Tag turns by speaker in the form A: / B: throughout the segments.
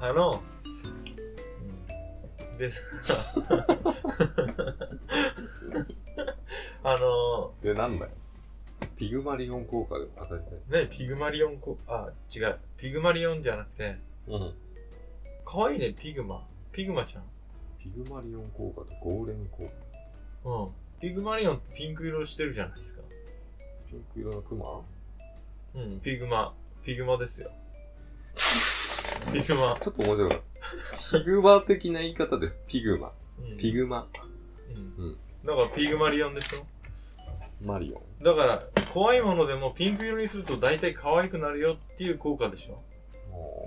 A: あの、でさ、あの、
B: で、なんだよ。ピグマリオン効果で与えたい。
A: ね、ピグマリオンこ、あ、違う。ピグマリオンじゃなくて、
B: うん。
A: 可愛いね、ピグマ。ピグマちゃん。
B: ピグマリオン効果とゴーレム効果。
A: うん。ピグマリオンってピンク色してるじゃないですか。
B: ピンク色のクマ
A: うん、ピグマ。ピグマですよ。ピグマ。
B: ちょっと面白い。ヒグマ的な言い方で、ピグマ。
A: うん、
B: ピグマ。
A: う
B: うんん。
A: だからピグマリオンでしょ
B: マリオン。
A: だから、怖いものでもピンク色にすると大体可愛くなるよっていう効果でしょ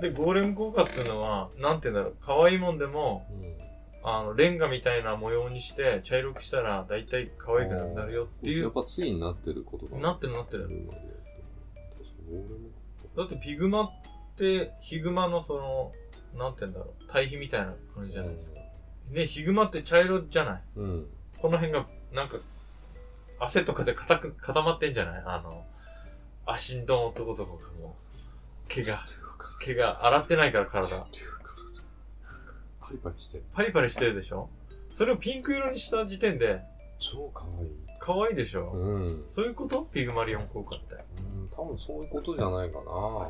A: で、ゴーレム効果っていうのは、なんて言うんだろう、可愛いもんでも、
B: うん、
A: あの、レンガみたいな模様にして、茶色くしたら、大体可愛くなくなるよってい
B: や
A: う
B: っ。ぱついになってることだ
A: なってるなってる
B: ピグマリオンって確かゴーレム
A: だってピグマって、ヒグマのその、なんて言うんだろう、対比みたいな感じじゃないですか。
B: か。
A: ね、ヒグマって茶色じゃない
B: うん。
A: この辺が、なんか、汗とかで固く、固まってんじゃないあの、足んどん男とかも、毛
B: ちょっ
A: が、
B: とわか
A: 毛が洗ってないから
B: らんちょ
A: 体。
B: っとわからんパリパリしてる。
A: パリパリしてるでしょそれをピンク色にした時点で、
B: 超可愛い。
A: 可愛いでしょ、
B: うん。うん、
A: そういうことピグマリオン効果って。
B: 多分そういうことじゃないかな。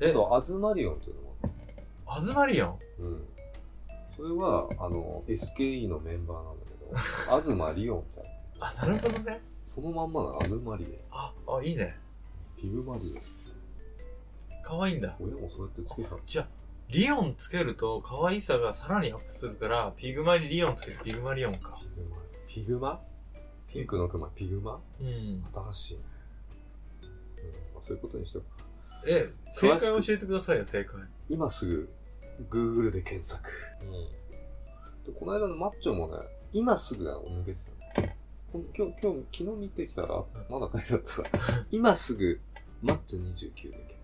B: えっ
A: え、
B: と、アズマリオンっていうのもある
A: アズマリオン
B: うん。それは、あの、SKE のメンバーなんだ けど、アズマリオンちゃん。
A: あ、なるほどね。
B: そのまんまのアズマリ
A: あ、あ、いいね。
B: オン。ピグマリ
A: 可愛いんだ。
B: オン。親もそうやってつけてたの。
A: じゃあ、リオンつけると可愛さがさらにアップするから、ピグマにリオンつけてピグマリオンか。
B: ピグマピンクのクマ、ピグマ
A: うん。
B: 新しいね。うんまあ、そういうことにしておくか。
A: え、正
B: 詳しく
A: 解教えてくださいよ、正解。
B: 今すぐ、Google で検索。うん。で、この間のマッチョもね、今すぐなの抜けてたのこん今日、今日、昨日見てきたら、まだ書いてあってさ、今すぐ、マッチョ29で検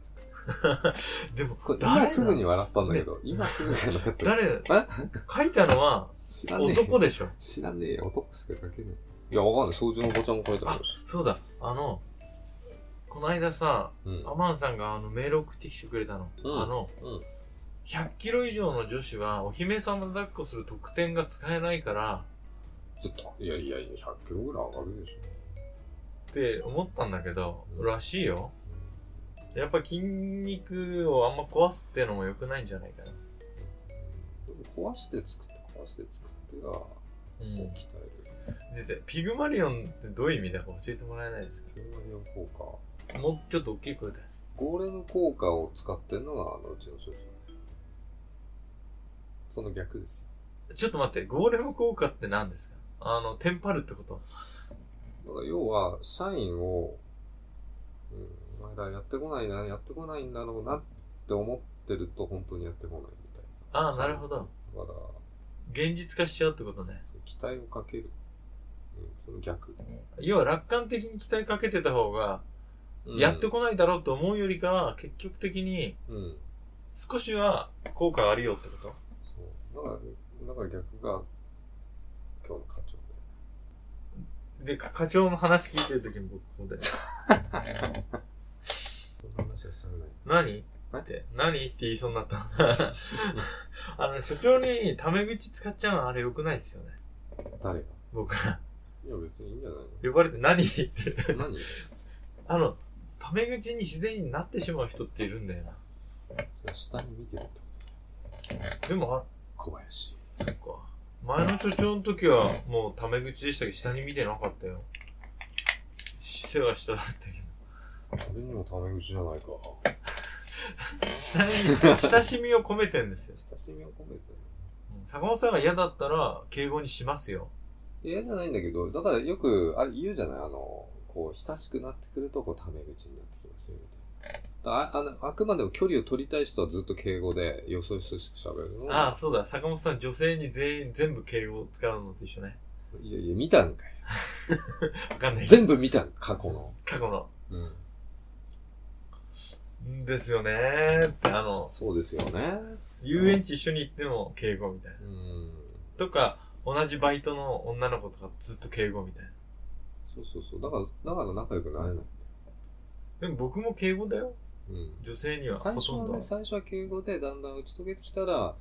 B: 索。
A: でも
B: これ、
A: 誰
B: 今
A: な
B: すぐに笑ったんだけど、今すぐじゃなかった。
A: 誰
B: え
A: 書いたのは
B: 知らねえ。
A: 男でしょ。
B: 知らねえよ。男しか書けない。いや、わかんない。掃除のおばちゃんも書いてあるし。
A: そうだ、あの、この間さ、
B: うん。
A: アマンさんがあのメール送ってきてくれたの。
B: うん
A: あの、
B: うん
A: 100キロ以上の女子はお姫様抱っこする特典が使えないから
B: ちょっと、いやいやいや、100キロぐらい上がるでしょ。
A: って思ったんだけど、
B: うん
A: らしいよ。やっぱ筋肉をあんま壊すっていうのも良くないんじゃないかな。
B: でも壊して作って、壊して作ってが、こ
A: う
B: う鍛
A: ん。
B: える。
A: でて、ピグマリオンってどういう意味だか教えてもらえないです
B: ピグマリオン効果。
A: かもうちょっと大きい声で。
B: ゴーレム効果を使ってんのが、あの、うちの少女。その逆ですよ。
A: ちょっと待って、ゴーレム効果って何ですかあの、テンパるってこと
B: だから要は、社員を、うん、お前らやってこないな、やってこないんだろうなって思ってると本当にやってこないみたいな。
A: ああ、なるほど。。
B: だから、
A: 現実化しちゃうってことね。
B: そう期待をかける。うん、その逆。
A: 要は楽観的に期待かけてた方が、
B: うん
A: やってこないだろうと思うよりかは、結局的に
B: うん。
A: 少しは効果あるよってこ
B: そう。だから、だから逆が、今日の課長で。
A: とで、か課長の話聞いてる時に僕ここで。
B: そんな話はしたくない。
A: 何って、何って言いそうになった。 あの、所長にタメ口使っちゃうのあれ良くないですよね。
B: 誰が
A: 僕が。
B: いや、別にいいんじゃない
A: 呼ばれて何
B: の 何そ
A: あの、タメ口に自然になってしまう人っているんだよな。
B: れ下に見てるってこと
A: でも、あ、
B: 小林。
A: そっか。前の所長の時はもうタメ口でしたけど、下に見てなかったよ。背は下だったけど。
B: それにもタメ口じゃないか。
A: 下に、親しみを込めてんですよ。
B: 親しみを込めてる。
A: うん坂本さんが嫌だったら、敬語にしますよ。
B: 嫌じゃないんだけど、だからよく、あれ言うじゃないあの、こう、親しくなってくると、こう、タメ口になってきますよ、みたいな。だああのあくまでも距離を取りたい人はずっと敬語で、よそよそしく喋るの。
A: ああ、そうだ。坂本さん、女性に全員、全部敬語を使うのと一緒ね。
B: いやいや、見たんかい。
A: わかんない。
B: 全部見たん過去の。
A: 過去の。
B: うん。
A: んですよねーって、あの、
B: そうですよね。
A: 遊園地一緒に行っても敬語みたいな。
B: うん。
A: とか、同じバイトの女の子とかずっと敬語みたいな。
B: そうそうそう。だから、だから仲良くなれない。
A: でも僕も敬語だよ。
B: ううん
A: 女性にはほ
B: 最初
A: と
B: は
A: んど
B: ね、。最初は敬語で、だんだん打ち解けてきたら、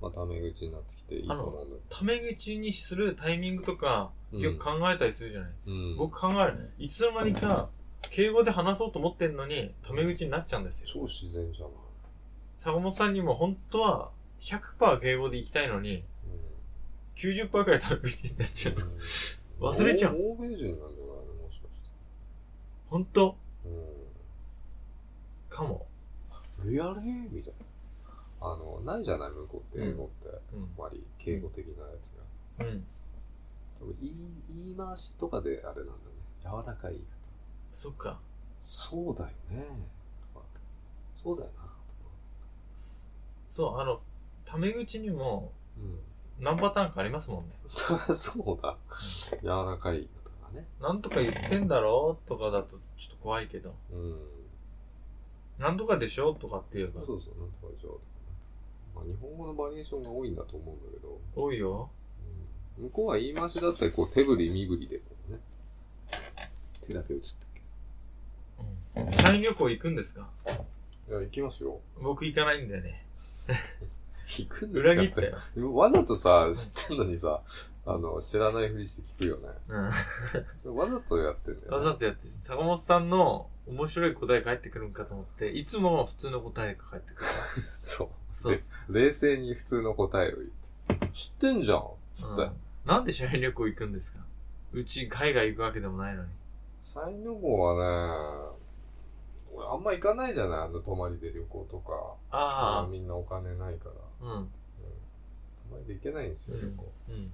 B: まあ、タメ口になってきていいと思うんだ
A: タメ口にするタイミングとか、
B: けど。
A: よく考えたりするじゃない、
B: うん、
A: 僕考えるね。いつの間にか、敬語で話そうと思ってんのに、タメ口になっちゃうんですよ。
B: 超自然じゃない。
A: 坂本さんにも本当は、100%敬語で行きたいのに、90%くらいタメ口になっちゃう。
B: うん
A: 忘れちゃう
B: 欧欧米人なんじゃないのもしかして。
A: 本当
B: う
A: かも。
B: ん。やれーみたいな。あの、ないじゃない向こうって、英語って。
A: うん。
B: あまり敬語的なやつが。
A: うん。
B: 多分言い、言い回しとかであれなんだね。柔らかい。
A: そっか。
B: そうだよね。とかそうだよな。とか
A: そう、あの、タメ口にも
B: うん。
A: 何パターンかありますもんね。
B: そりゃそうだ。柔らかいとかね。
A: なんとか言ってんだろうとかだとちょっと怖いけど、
B: うん。
A: なんとかでしょとかって言え
B: そう
A: ば、
B: そうそう、なんとかでしょうとかね。まあ、日本語のバリエーションが多いんだと思うんだけど、
A: 多いよ。
B: うん向こうは言い回しだったり、こう手振り身振りでこうね、手だけ映って
A: うん。社員旅行行くんですか
B: いや、行きますよ。
A: 僕行かないんだよね。
B: 行くんですか
A: 裏切ったよ。
B: でもわざとさ、知ってんのにさ、あの、知らないふりして聞くよね。
A: うん。わ
B: それわざとやってんだよ、ね。
A: ざとやって、坂本さんの面白い答え返ってくるんかと思って、いつも普通の答えが返ってくる。
B: そ
A: そうです。
B: う。冷静に普通の答えを言って。知ってんじゃんつって。
A: うんなんで社員旅行行くんですかうち海外行くわけでもないのに。
B: 社員旅行はね、俺あんま行かないじゃないあの、泊まりで旅行とか。
A: あ
B: みんなお金ないから。
A: あ、うん。
B: 泊まりで行けないんですよ、
A: うん
B: 旅行。
A: うん。
B: で、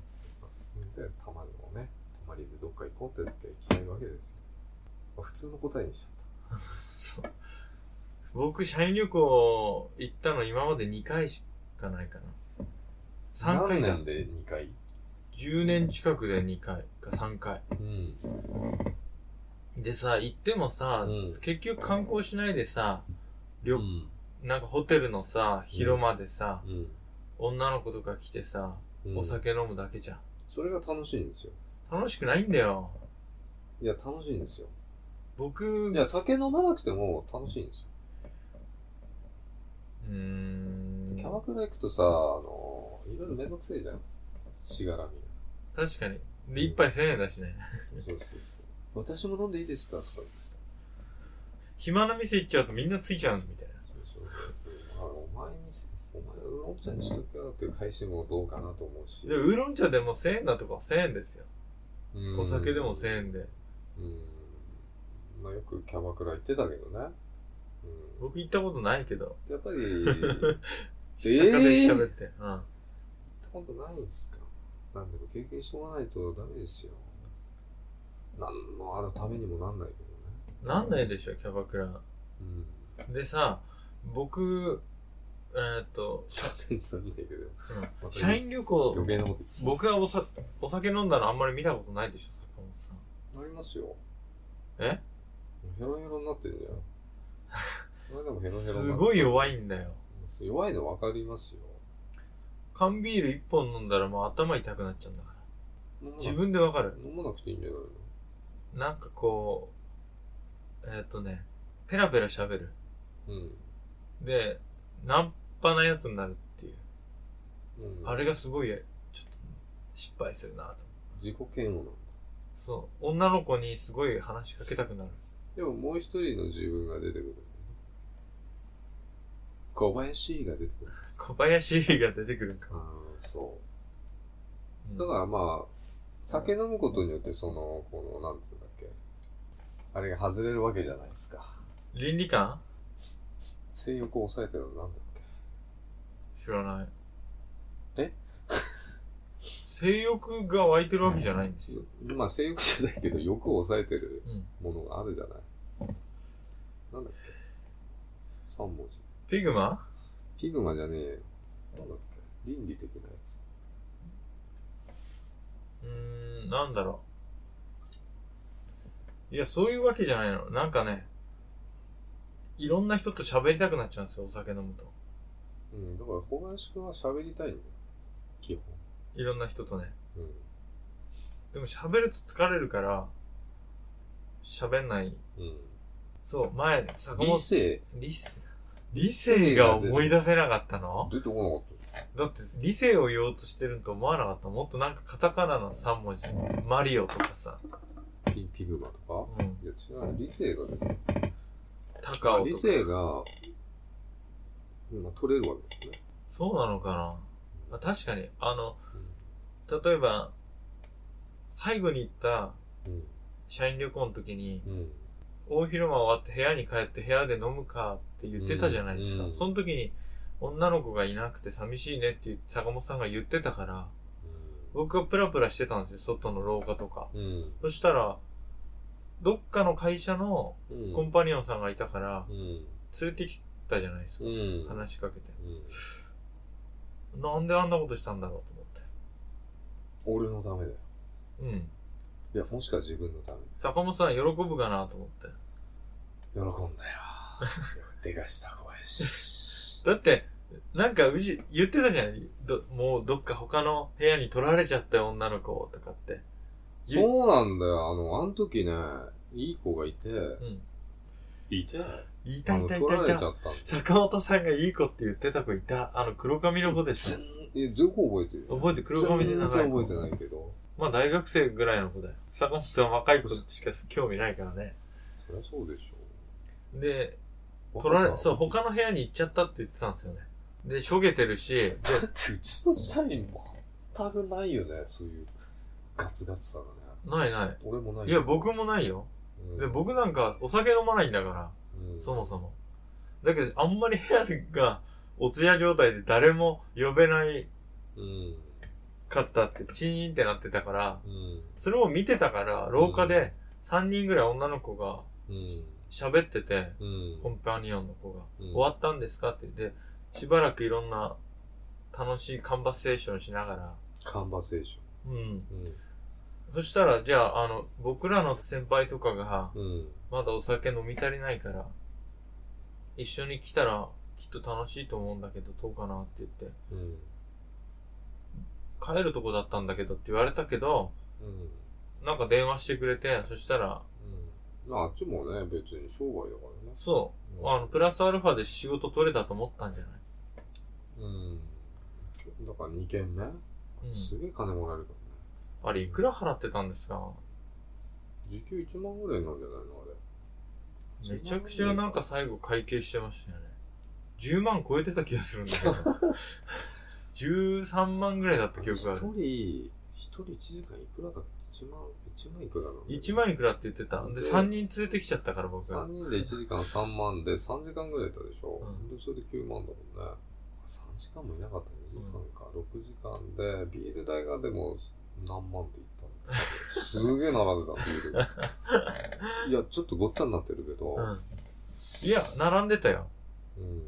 B: たまにもね、泊まりでどっか行こうって時は行きたいわけですよ。普通の答えにしちゃっ
A: そう。僕、社員旅行行ったの今まで2回しかないかな。
B: た。
A: 3回だ。
B: 何年で2回
A: 10年近くで2回か3回。
B: うん。
A: でさ、行っても
B: う
A: さ、
B: ん。
A: 結局観光しないでさ、
B: う
A: 旅、
B: ん。
A: なんかホテルのさ、広間でさ、
B: うん。
A: 女の子とか来てさ、お酒飲むだけじゃん。
B: それが楽しいんですよ。
A: 楽しくないんだよ。
B: いや、楽しいんですよ。
A: 僕、
B: いうや、酒飲まなくても楽しいんですよ。
A: ーん
B: キャバクラ行くとさ、あの、いろいろめんどくせえじゃん。しがらみ
A: 確かに。で、一杯1000円だしね。
B: が。そうそうそう。私も飲んでいいですかとか言ってさ。
A: 暇な店行っちゃうとみんなついちゃうみたいな。
B: そうそうそう。まあ、お前にす、お前ウーロン茶にしとけよっていう返しもどうかなと思うし。
A: で、ウーロン茶でも1000円だとか1000円ですよ。
B: うん
A: お酒でも1000円で。
B: うん。まあよくキャバクラ行ってたけどね。うん。
A: 僕行ったことないけど。
B: やっぱり、行っ
A: 知ったかで喋って。うん。
B: たことないんすかなんでも経験しておかないとダメですよ。なんのあのためにもなんないけどね。
A: なんないでしょ、キャバクラ。
B: うん。
A: でさ、僕、えーっと、
B: なんないけど。また
A: 社員旅行
B: 余、計なこと言って
A: 僕がおさお酒飲んだのあんまり見たことないでしょ、坂本さん。
B: ありますよ。
A: え
B: ヘロヘロになってる じゃん。この間もヘロヘロになっ
A: す
B: て
A: ごい弱
B: い。
A: いんだよ。
B: 弱いの分かりますよ。
A: 缶ビール一本飲んだらもう頭痛くなっちゃうんだから。
B: 飲まな
A: 自分でわかる。
B: 飲まなくていいんじゃないの
A: なんかこう、えーっとね、ペラペラ喋る。
B: うん。
A: で、ナンパなやつになるっていう。
B: うん、
A: あれがすごい、ちょっと、失敗するなと。
B: 自己嫌悪なんだ。
A: そう、女の子にすごい話しかけたくなる。
B: でももう一人の自分が出てくるんだよね。小林が出て くる。
A: 小林が出てくるんか。
B: ああ、そう。
A: うん
B: だからまあ、酒飲むことによってその、この、なんつうんだっけ。あれが外れるわけじゃないですか。
A: 倫理観
B: 性欲を抑えてるのなんだっけ。
A: 知らない。
B: え
A: 性欲が湧いてるわけじゃないんですよ。
B: まあ性欲じゃないけど欲を抑えてる
A: うん。
B: ものがあるじゃない。なんだっけ三文字。
A: ピグマ
B: ピグマじゃねえよ。なんだっけ倫理的なやつ。
A: うーん、なんだろう。いや、そういうわけじゃないの。なんかね、いろんな人と喋りたくなっちゃうんですよ、お酒飲むと。
B: うん、だから小林くんは喋りたいんだよ。基本。
A: いろんな人とね。
B: うん。
A: でも喋ると疲れるから、喋んない。
B: うん。
A: そう、前、坂
B: 理
A: 本、
B: 性
A: 理性、理性が思い出せなかったの
B: 出てこ
A: だって、理性を言おうとしてると思わなかった。もっとなんかカタカナの3文字。マリオとかさ、
B: なかった。ピピグマと
A: う
B: か
A: ん。
B: いや、違う。理性が出てこ
A: タカ
B: な
A: オ
B: い。理
A: とか。
B: 性が、今取れるわけですね。
A: そうなのかなあ確かに、あの、例えば、最後に行った
B: うん。
A: 社員旅行の時に、
B: うん。
A: 大広間終わって部屋に帰って部屋で飲むかって言ってたじゃないですか。
B: うん
A: その時に、女の子がいなくて寂しいねって坂本さんが言ってたから、僕はプラプラしてたんですよ、外の廊下とか。
B: うん。
A: そしたら、どっかの会社の
B: うん。
A: コンパニオンさんがいたから、
B: うん。
A: 連れてきたじゃないですか。
B: うん。
A: 話しかけて。
B: うん。
A: なんであんなことしたんだろ
B: 俺のためだよ。
A: うと思って。うん。
B: いや、もしか自分のため。
A: 坂本さん喜ぶかなと思って。
B: 喜んだよ。でかした小 林。
A: だって、なんかうじ、言ってたじゃないどもうどっか他の部屋に取られちゃったよ女の子とかって。
B: そうなんだよ。あの、あの時ね、いい子がいて、
A: うん。
B: いて、
A: い
B: あ
A: たい
B: の、
A: たい
B: 取ら
A: た
B: れ
A: い
B: ち
A: た。
B: ゃったんだ。
A: 坂本さんがいい子って言ってた子いた。あの黒髪の子でし
B: 全
A: た。
B: 然、どこ覚えてる
A: 覚えて黒髪で長い子
B: 全然覚えてないけど、
A: まあ大学生ぐらいの子だよ。坂本さん若い子しか興味ないからね。
B: そりゃそうでし
A: で、
B: ょ。
A: 取られ、そう、他の部
B: 屋。
A: 屋に行っちゃったって言ってたんですよね。で、しょげてるし、で、
B: だって、うちの社員全くないよね、そういうガツガツさがね。
A: ないな。
B: 俺もないい。
A: いや、僕、もないよ。
B: うん
A: で、、僕なんかお酒飲まないんだから。
B: うん
A: そもそも。だけど、あんまり部屋がお通夜状態で誰も呼べない
B: うん。
A: かったって、チーンってなってたから、
B: うん。
A: それを見てたから、廊下で3人ぐらい女の子が
B: うん。
A: 喋ってて、
B: うん。
A: コンパニオンの子が、
B: うん
A: 終わったんですかって言って、しばらくいろんな楽しいカンバセーションしながら、
B: カンバセーシ
A: うん。
B: ョン。
A: そしたら、じゃあ、あの、僕らの先輩とかが、
B: うん。うん。
A: まだお酒飲み足りないから、一緒に来たら、きっと楽しいと思うんだけど、どうかなって言って、
B: うん。
A: 帰るとこだったんだけどって言われたけど、
B: うん。
A: なんか電話してくれて、そしたら、
B: うん。まあ、あっちもね、別に商売だからね。
A: そ
B: うん
A: う、あの、プラスアルファで仕事取れたと思ったんじゃない
B: うん。だから2件目、
A: うん。
B: すげえ金もらえるからね。
A: あれ、いくら払ってたんですか
B: 時給1万ぐらいなんじゃないのあれ。
A: めちゃくちゃなんか最後会計してましたよね。10万超えてた気がするんだけど。13万ぐらいだった記
B: 1
A: 憶がある。
B: 人、一人1時間いくらだって1万、1万いくらなの
A: 1万いくらって言ってた。で、3人連れてきちゃったから僕は
B: ?3。人で1時間3万で3時間ぐらいやったでしょ。
A: うん
B: で、それで9万だもんね。3時間もいなかった2時間か、6時間で、ビール代がでも何万って言ったんだけどすげえ並んでた、ビー ルが。いや、ちょっとごっちゃになってるけど、
A: うん。いや、並んでたよ。
B: うん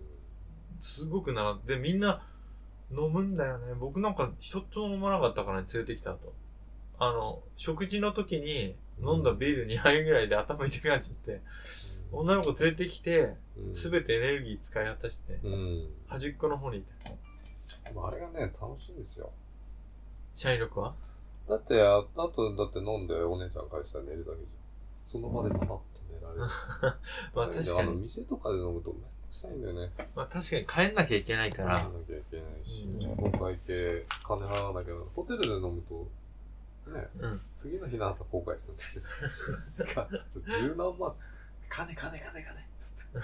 A: すごく並んで、みんな飲むんだよね。僕なんか一つも飲まなかったからね、連れてきた後。あの、食事の時に飲んだビール2杯ぐらいで頭痛くなっちゃって、女の子連れてきて、すべてエネルギー使い果たして、
B: うん。
A: 端っこの方にいた。
B: でもあれがね、楽しいんですよ。
A: 社員力は
B: だって、ああと、だって飲んでお姉ちゃん帰したら寝るだけじゃん。その場でパパッと寝られる。
A: まあ
B: だ
A: 確
B: けど
A: か
B: あの、
A: に、
B: 店とかで飲むとめんどくさいんだよね。
A: まあ確かに帰んなきゃいけないか
B: 飲
A: ら、
B: なきゃいけないし
A: うん、
B: お会計、金払わなきゃならない。ホテルで飲むと、ね、
A: うん
B: 次の日の朝後悔するんですよ。しかもつって、十何万、金金金金つって。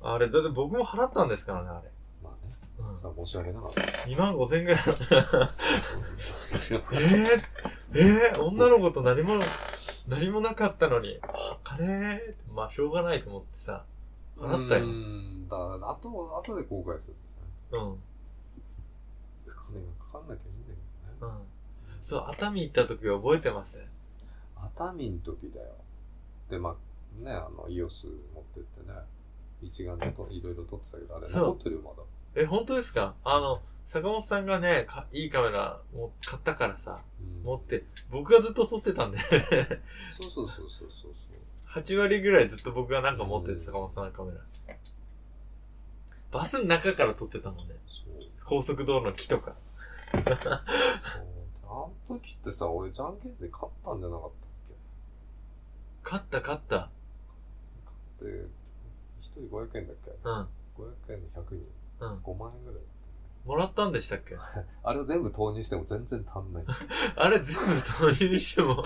A: あれ、だって僕も払ったんですからね、あれ。
B: まあね、
A: う
B: さあ申し訳なかった。
A: ん、2万5千ぐらいだった。え
B: 払
A: ー、えー、女の子と何も、何もなかったのに、カレーって、まあしょうがないと思ってさ、払ったよ
B: うん、だから、あと、あとで後悔する。
A: うん。
B: 金がかかんなきゃいいんだけどね。
A: うんそう、熱海行った時覚えてます
B: 熱海の時だよ。で、まあ、ね、あの、イオス持ってってね、一眼でといろいろ撮ってたけど、あれ
A: そう
B: 残ってるよ、まだ。
A: え、本当ですかあの、坂本さんがね、かいいカメラも買ったからさ、
B: うん
A: 持って、僕がずっと撮ってたんで、
B: そうそうそうそうそうそ
A: 8割ぐらいずっと僕がなんか持って
B: うん
A: て、坂本さんのカメラ。バスの中から撮ってたもんね。
B: う。そう。
A: 高速道路の木とか。
B: そう。あの時ってさ、俺、じゃんけんで勝ったんじゃなかったっけ
A: 勝った勝った。
B: って、一人500円だっけ
A: うん。
B: ?500 円の100人。
A: うん
B: 5万円ぐらい。
A: もらったんでしたっけ
B: あれを全部投入しても全然足んない。
A: あれ全部投入しても、コン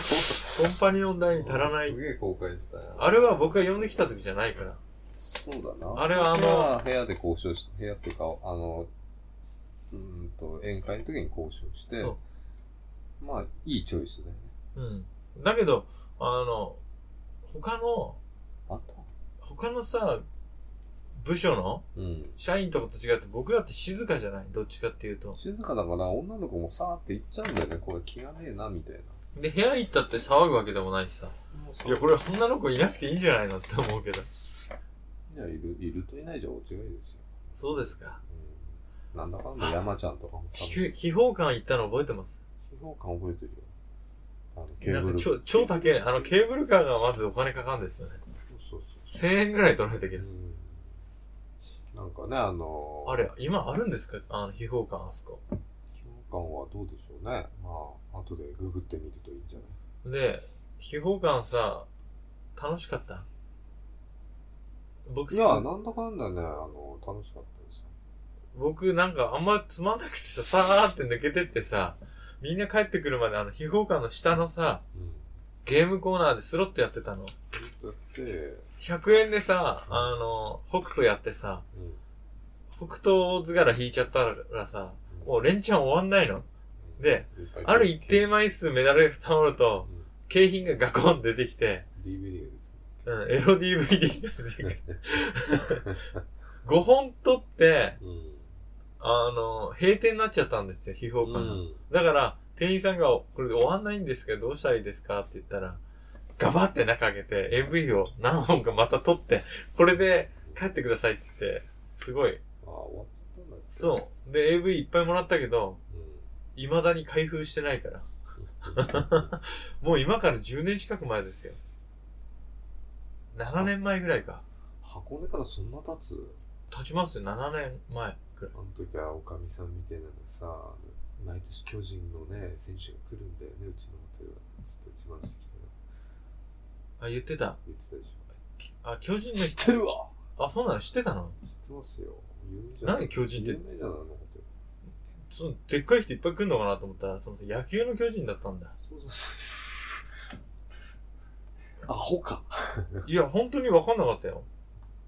A: パニオン代に足らない
B: す。げえ後悔したよ。
A: あれは僕が呼んできた時じゃないから。
B: そうだな。
A: あれはあの
B: まあ部屋で交渉して、部屋っていうか、あの、うーんと、宴会の時に交渉して、
A: そ
B: まあ、いいチョイスだよね。
A: う。うん。だけど、あの、他の、
B: あと
A: 他のさ、部署の
B: うん。
A: 社員とかと違って僕だって静かじゃないどっちかっていうと。
B: 静かだから、女の子もさーって行っちゃうんだよね。これ気がねえな、みたいな。
A: で、部屋行ったって騒ぐわけでもないしさ。いや、これ女の子いなくていいんじゃないのって思うけど。
B: いや、いる、いるといないじゃ大違いですよ。
A: そうですか。
B: うん。なんだかんだ山ちゃんとかも多分、秘
A: き秘宝館行ったの覚えてます
B: 宝感覚えてるよ。あの、ケ
A: な
B: ーブ
A: ん
B: ル。
A: か
B: そう
A: 超、超高い。あの、ケーブルカーがまずお金かかるんですよね。
B: そうそう。
A: 1000円ぐらい取らないというけない。
B: ん。なんかね、あのー、
A: あれ、今あるんですかあの、秘宝館あそこ。
B: 感はどうでしょうね。まあ、後でググってみるといいんじゃない
A: で、秘宝館さ、楽しかった僕
B: い
A: す
B: や、なんだかんだね、あの、楽しかったですよ。
A: 僕なんかあんまつまんなくてさ、さーって抜けてってさ、みんな帰ってくるまであの、秘宝館の下のさ、
B: うん。
A: ゲームコーナーでスロットやってたの。
B: それとやって、
A: 100円でさ、あの、北斗やってさ、
B: うん。
A: 北斗図柄引いちゃったらさ、もう連チャン終わんないの。
B: うん
A: で、ある一定、枚数メダルが倒る
B: う
A: と、
B: ん、
A: 景品がガコン出てきて、
B: DVD がですね。
A: うん、エロ DVD が出てくる。5本取って、
B: うん。
A: あの、閉店になっちゃったんですよ、秘宝館が。だから、店員さんが、これ終わんないんですけど、どうしたらいいですかって言ったら、ガバって中開けて、MV を何本かまた撮って、これで帰ってくださいって言って、すごい。
B: あ、終わっちゃったんだっけ
A: そう。で、AV いっぱいもらったけど、
B: うん。
A: 未だに開封してないから。もう今から10年近く前ですよ。7年前ぐらいか。
B: 箱根からそんな経つ
A: 経ちますよ、7年前くらい。
B: あの時はおかみさんみたいなのさ、あの毎年巨人のね、選手が来るんだよね、うちのホテルは。ちょっと自慢してきたな。
A: あ、言ってた。
B: 言ってたでしょ。
A: あ、巨人の人、
B: てるわ
A: あ、そうなの知ってたの
B: 知ってますよ。有名じゃん。
A: 何巨人って
B: 有、名じゃないのホテル。
A: そのでっかい人いっぱい来るのかなと思ったら、その野球の巨人だったんだ。
B: そうそうそう。 アホか。
A: いや、本当に分かんなかったよ。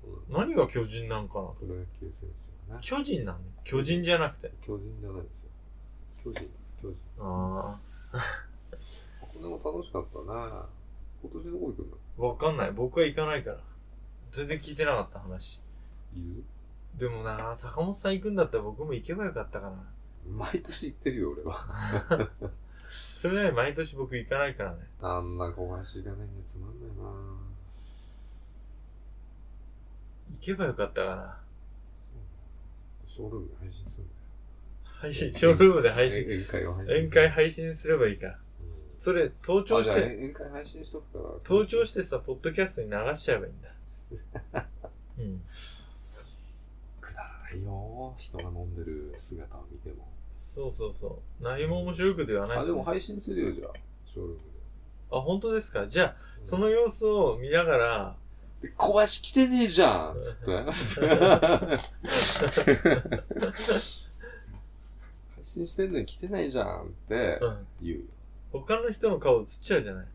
B: うん
A: 何が巨人なんかなと。
B: プロ野球選手がね。
A: 巨人なんだ、巨人じゃなくて。
B: 巨人じゃないですよ。巨人、巨人。
A: あ
B: 箱根も楽しかったね。今年どこ行くの
A: あ、わかんない。僕は行かないから。全然聞いてなかった話。
B: 伊豆
A: でもな、坂本さん行くんだったら僕も行けばよかったかな。
B: 毎年行ってるよ、俺は。
A: それなりに毎年僕行かないからね。
B: あんな小林がないんじゃつまんないな
A: 行けばよかったかな。
B: ショールームで配信するんだよ。
A: 配信、ショールームで配信、
B: え宴会を配信
A: 宴会配信すればいいから。
B: 信。
A: それ、盗
B: うん、
A: 聴
B: あ、じ
A: し
B: ゃあ
A: て、
B: 宴会配信しとくから。
A: 盗聴してさ、ポッドキャストに流しちゃえばいいんだ。 うん。
B: くだらないよ。人が飲んでる姿を見ても。
A: そうそうそう。何も面白いこと言わない
B: あ、
A: し
B: でも配信するよ、じゃあ。ショールームで。
A: あ、本当ですかじゃあ、
B: うん
A: その様子を見ながら、
B: で小林来てねえじゃんつって。配信してんのに来てないじゃんって
A: うん。
B: 言うよ。
A: 他の人の顔映っちゃうじゃない。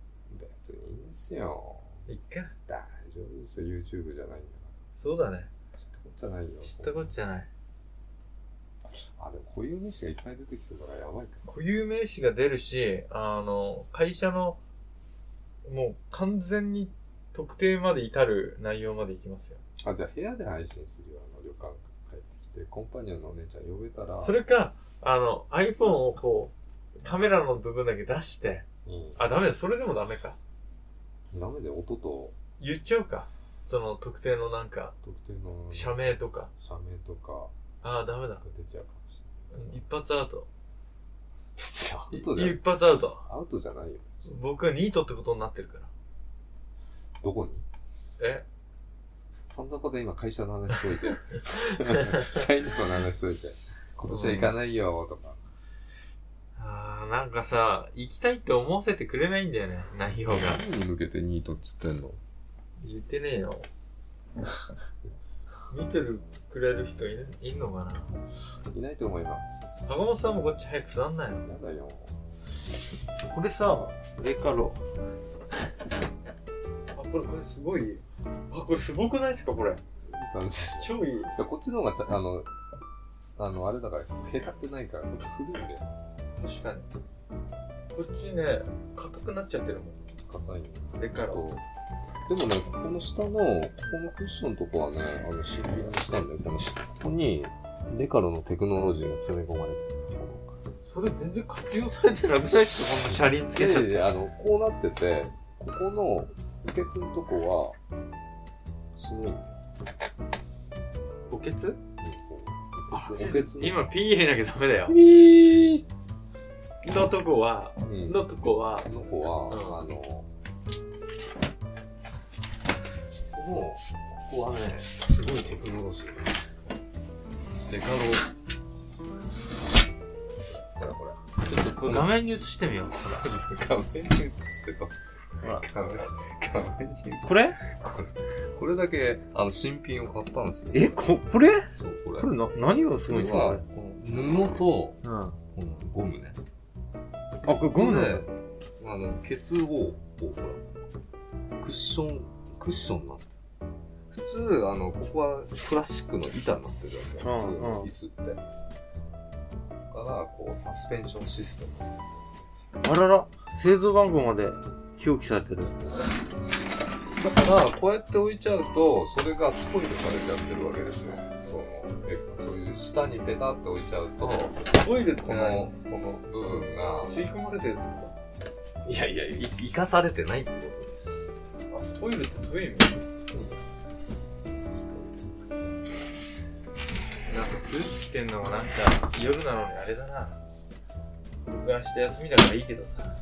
B: 別にいいんですよ。
A: いっか。
B: 大丈夫ですよ。YouTube じゃないんだか
A: そうだね。
B: ら。知ったことじゃないよ。
A: 知ったことじゃない。
B: あ、でもこういう飯がいっぱい出てきそうだからやばいか。
A: 固有名詞が出るし、あの、会社の、もう完全に特定まで至る内容までいきますよ。
B: あ、じゃあ部屋で配信するよ。あの旅館帰ってきて、コンパニオンのお姉ちゃん呼べたら。
A: それか、あの、iPhone をこう、カメラの部分だけ出して、
B: うん。
A: あ、ダメだ、それでもダメか。
B: ダメで音と
A: 言っちゃうか。その特定のなんか、
B: 特定の
A: 社名とか。
B: 社名とか
A: ああ、ダメだ
B: が。出ちゃうかもしれない。
A: 一発アウト。
B: 別にアウトじゃない
A: 一発アウト。
B: アウトじゃないよ。
A: 僕はニートってことになってるから。
B: どこに
A: え
B: 三坂で今会社の話しといて。 社員の子の話しといて。今年は行かないよとか。
A: あーなんかさ、行きたいって思わせてくれないんだよね、内容が。
B: 何に向けてニートっつってんの
A: 言ってねえよ。 見てるくれる人いるいんのかない
B: ないと思います。
A: 坂本さんもこっち早く座んないの
B: やだよ。
A: これさレカロあこれこれすごいあこれすごくないですかこれ
B: いい感じですよ。
A: 超いい
B: じゃあこっちの方がちゃ、あの、あの、あれだから、へたってないから、こっち古いんで、
A: 確かにこっちね硬くなっちゃってるもん
B: 硬いんで
A: レカロ
B: でもね、ここの下の、ここのクッションとこはね、あの、シンプルにしたんだよ。この下に、レカロのテクノロジーが詰め込まれてる。
A: それ全然活用され てなくないですかこの車輪つけちゃっ
B: で、あの、こうなってて、ここの、補欠のとこは、すごいんだよ。
A: 補欠
B: 補欠補欠の。
A: 今ピン入れなきゃダメだよ
B: ビー
A: のとこは
B: うん
A: のとこは
B: この子は、
A: うん
B: あの、この、ここはね、すごいテクノロジーなんですよ。デカロほらほら。ちょっとこの
A: 画面に映してみよう
B: 画面に映してます。
A: ほら
B: 画面、画面に映して
A: これ
B: これ、これだけ、あの、新品を買ったんですよ。
C: え、こ、これ
B: そう、これ。
C: これな、何がすごいんですか
B: これ
C: これ
B: はこの布と、こ
C: うん。あ、
B: のゴムね。
C: これゴムなんだ
B: で。、あの、ケツを、こう、ほら、クッション、クッションなんて。普通、あの、ここはプラスチックの板になってるじゃないですか、
C: うんうん
B: 普通の椅子って。だから、こう、サスペンションシステムになってるん
C: あらら、製造番号まで表記されてる。
B: ですよだから、こうやって置いちゃうと、それがスポイルされちゃってるわけですよ。その、えそういう下にペタって置いちゃうと、
A: すごいです
B: この、この部分が、
A: 吸い込まれてるってこ
B: いやいや、い生かされてないってことです。
A: とあスポイルってそういう意味なんかスーツ着てんのもなんか夜なのにあれだな僕明日休みだからいいけどさ